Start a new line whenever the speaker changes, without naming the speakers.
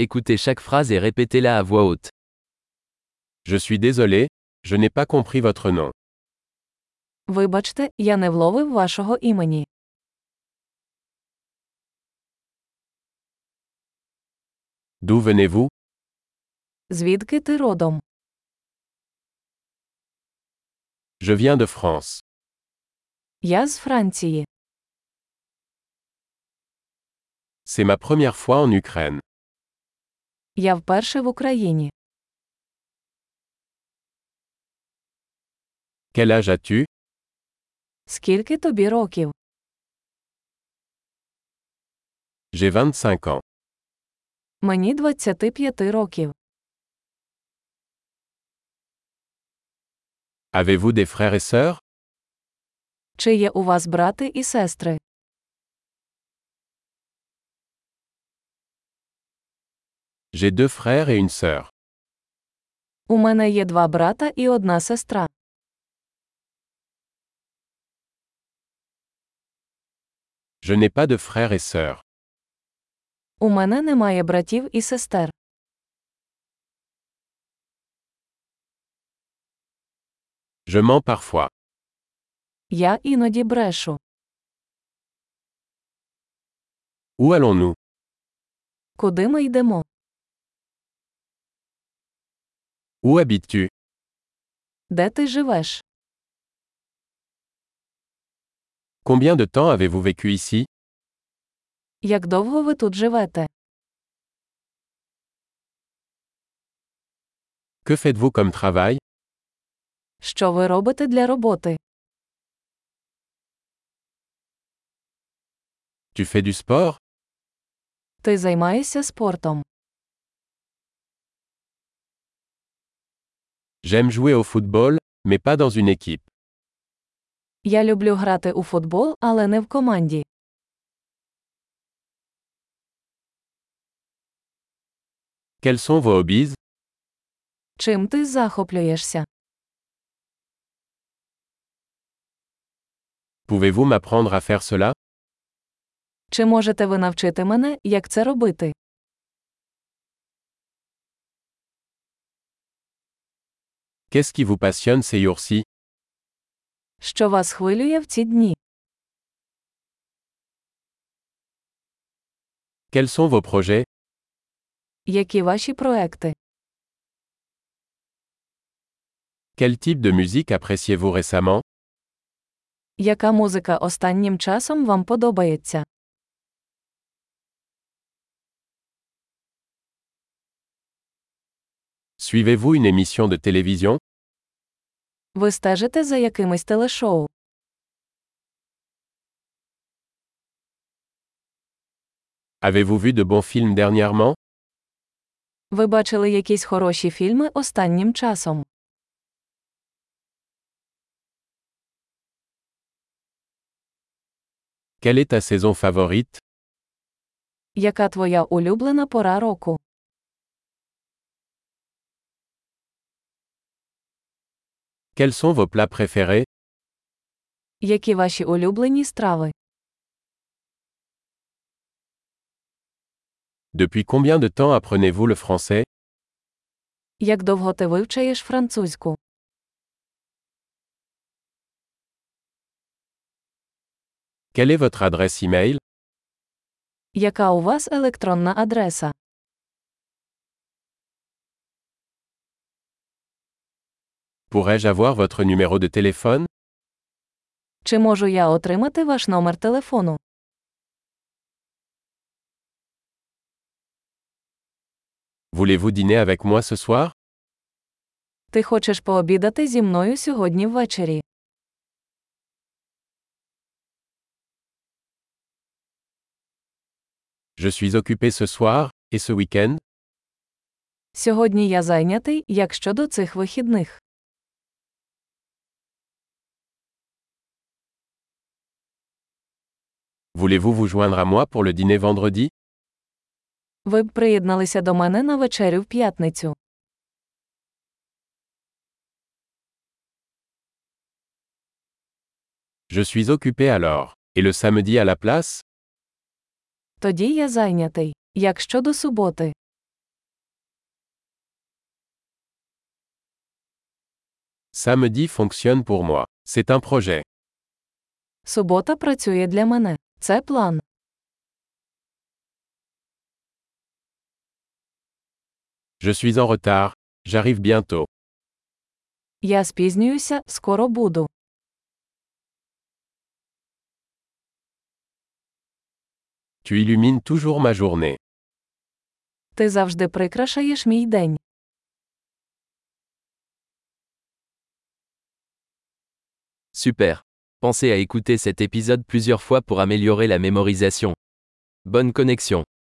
Écoutez chaque phrase et répétez-la à voix haute.
Je suis désolé, je n'ai pas compris votre nom.
Вибачте, я не вловив вашого імені.
D'où venez-vous
Звідки ти родом?
Je viens de France.
Я з Франції.
C'est ma première fois en Ukraine.
Я вперше в Україні.
Quel âge as-tu
Скільки тобі років?
J'ai 25 ans.
Мені 25 років.
Avez-vous des frères et sœurs
Чи є у вас брати і сестри?
J'ai deux frères et une sœur.
У мене є два брата і одна сестра.
Je n'ai pas de frères et sœurs.
У мене немає братів і сестер.
Je mens parfois.
Я іноді брешу.
Où allons-nous
Куди ми йдемо?
Où habites-tu
Де ти живеш?
Combien de temps avez-vous vécu ici
Як довго ви тут живете?
Que faites-vous comme travail
Що ви робите для роботи?
Tu fais du sport
Ти займаєшся спортом.
J'aime jouer au football, mais pas dans une équipe.
Я люблю грати у футбол, але не в команді.
Quels sont vos hobbies
Чим ти захоплюєшся?
Pouvez-vous m'apprendre à faire cela
Чи можете ви навчити мене, як це робити?
Qu'est-ce qui vous passionne ces jours-ci
Що вас хвилює в ці дні?
Quels sont vos projets
Які ваші проекти?
Quel type de musique appréciez-vous récemment
Яка музика останнім часом вам подобається?
Suivez-vous une émission de télévision
Ви стежите за якимись телешоу?
Avez-vous vu de bons films dernièrement
Ви бачили якісь хороші фільми останнім часом?
Quelle est ta saison favorite
Яка твоя улюблена пора року?
Quels sont vos plats préférés
Які ваші улюблені страви?
Depuis combien de temps apprenez-vous le français
Як довго ти вивчаєш французьку?
Quelle est votre adresse e-mail
Яка у вас електронна адреса?
Pourrais-je avoir votre numéro de téléphone
Чи можу я отримати ваш номер телефону?
Voulez-vous dîner avec moi ce soir
Ти хочеш пообідати зі мною сьогодні ввечері?
Je suis occupé ce soir et ce week-end.
Сьогодні я зайнятий, як щодо цих вихідних.
Voulez-vous vous joindre à moi pour le dîner vendredi
Ви б приєдналися до мене на вечерю в п'ятницю.
Je suis occupé alors. Et le samedi à la place
Тоді я зайнятий. Як щодо суботи?
Samedi fonctionne pour moi. C'est un projet.
Субота працює для мене. Це план.
Je suis en retard. J'arrive bientôt.
Я спізнююся, скоро буду.
Tu illumines toujours ma journée.
Ти завжди прикрашаєш мій день.
Super. Pensez à écouter cet épisode plusieurs fois pour améliorer la mémorisation. Bonne connexion.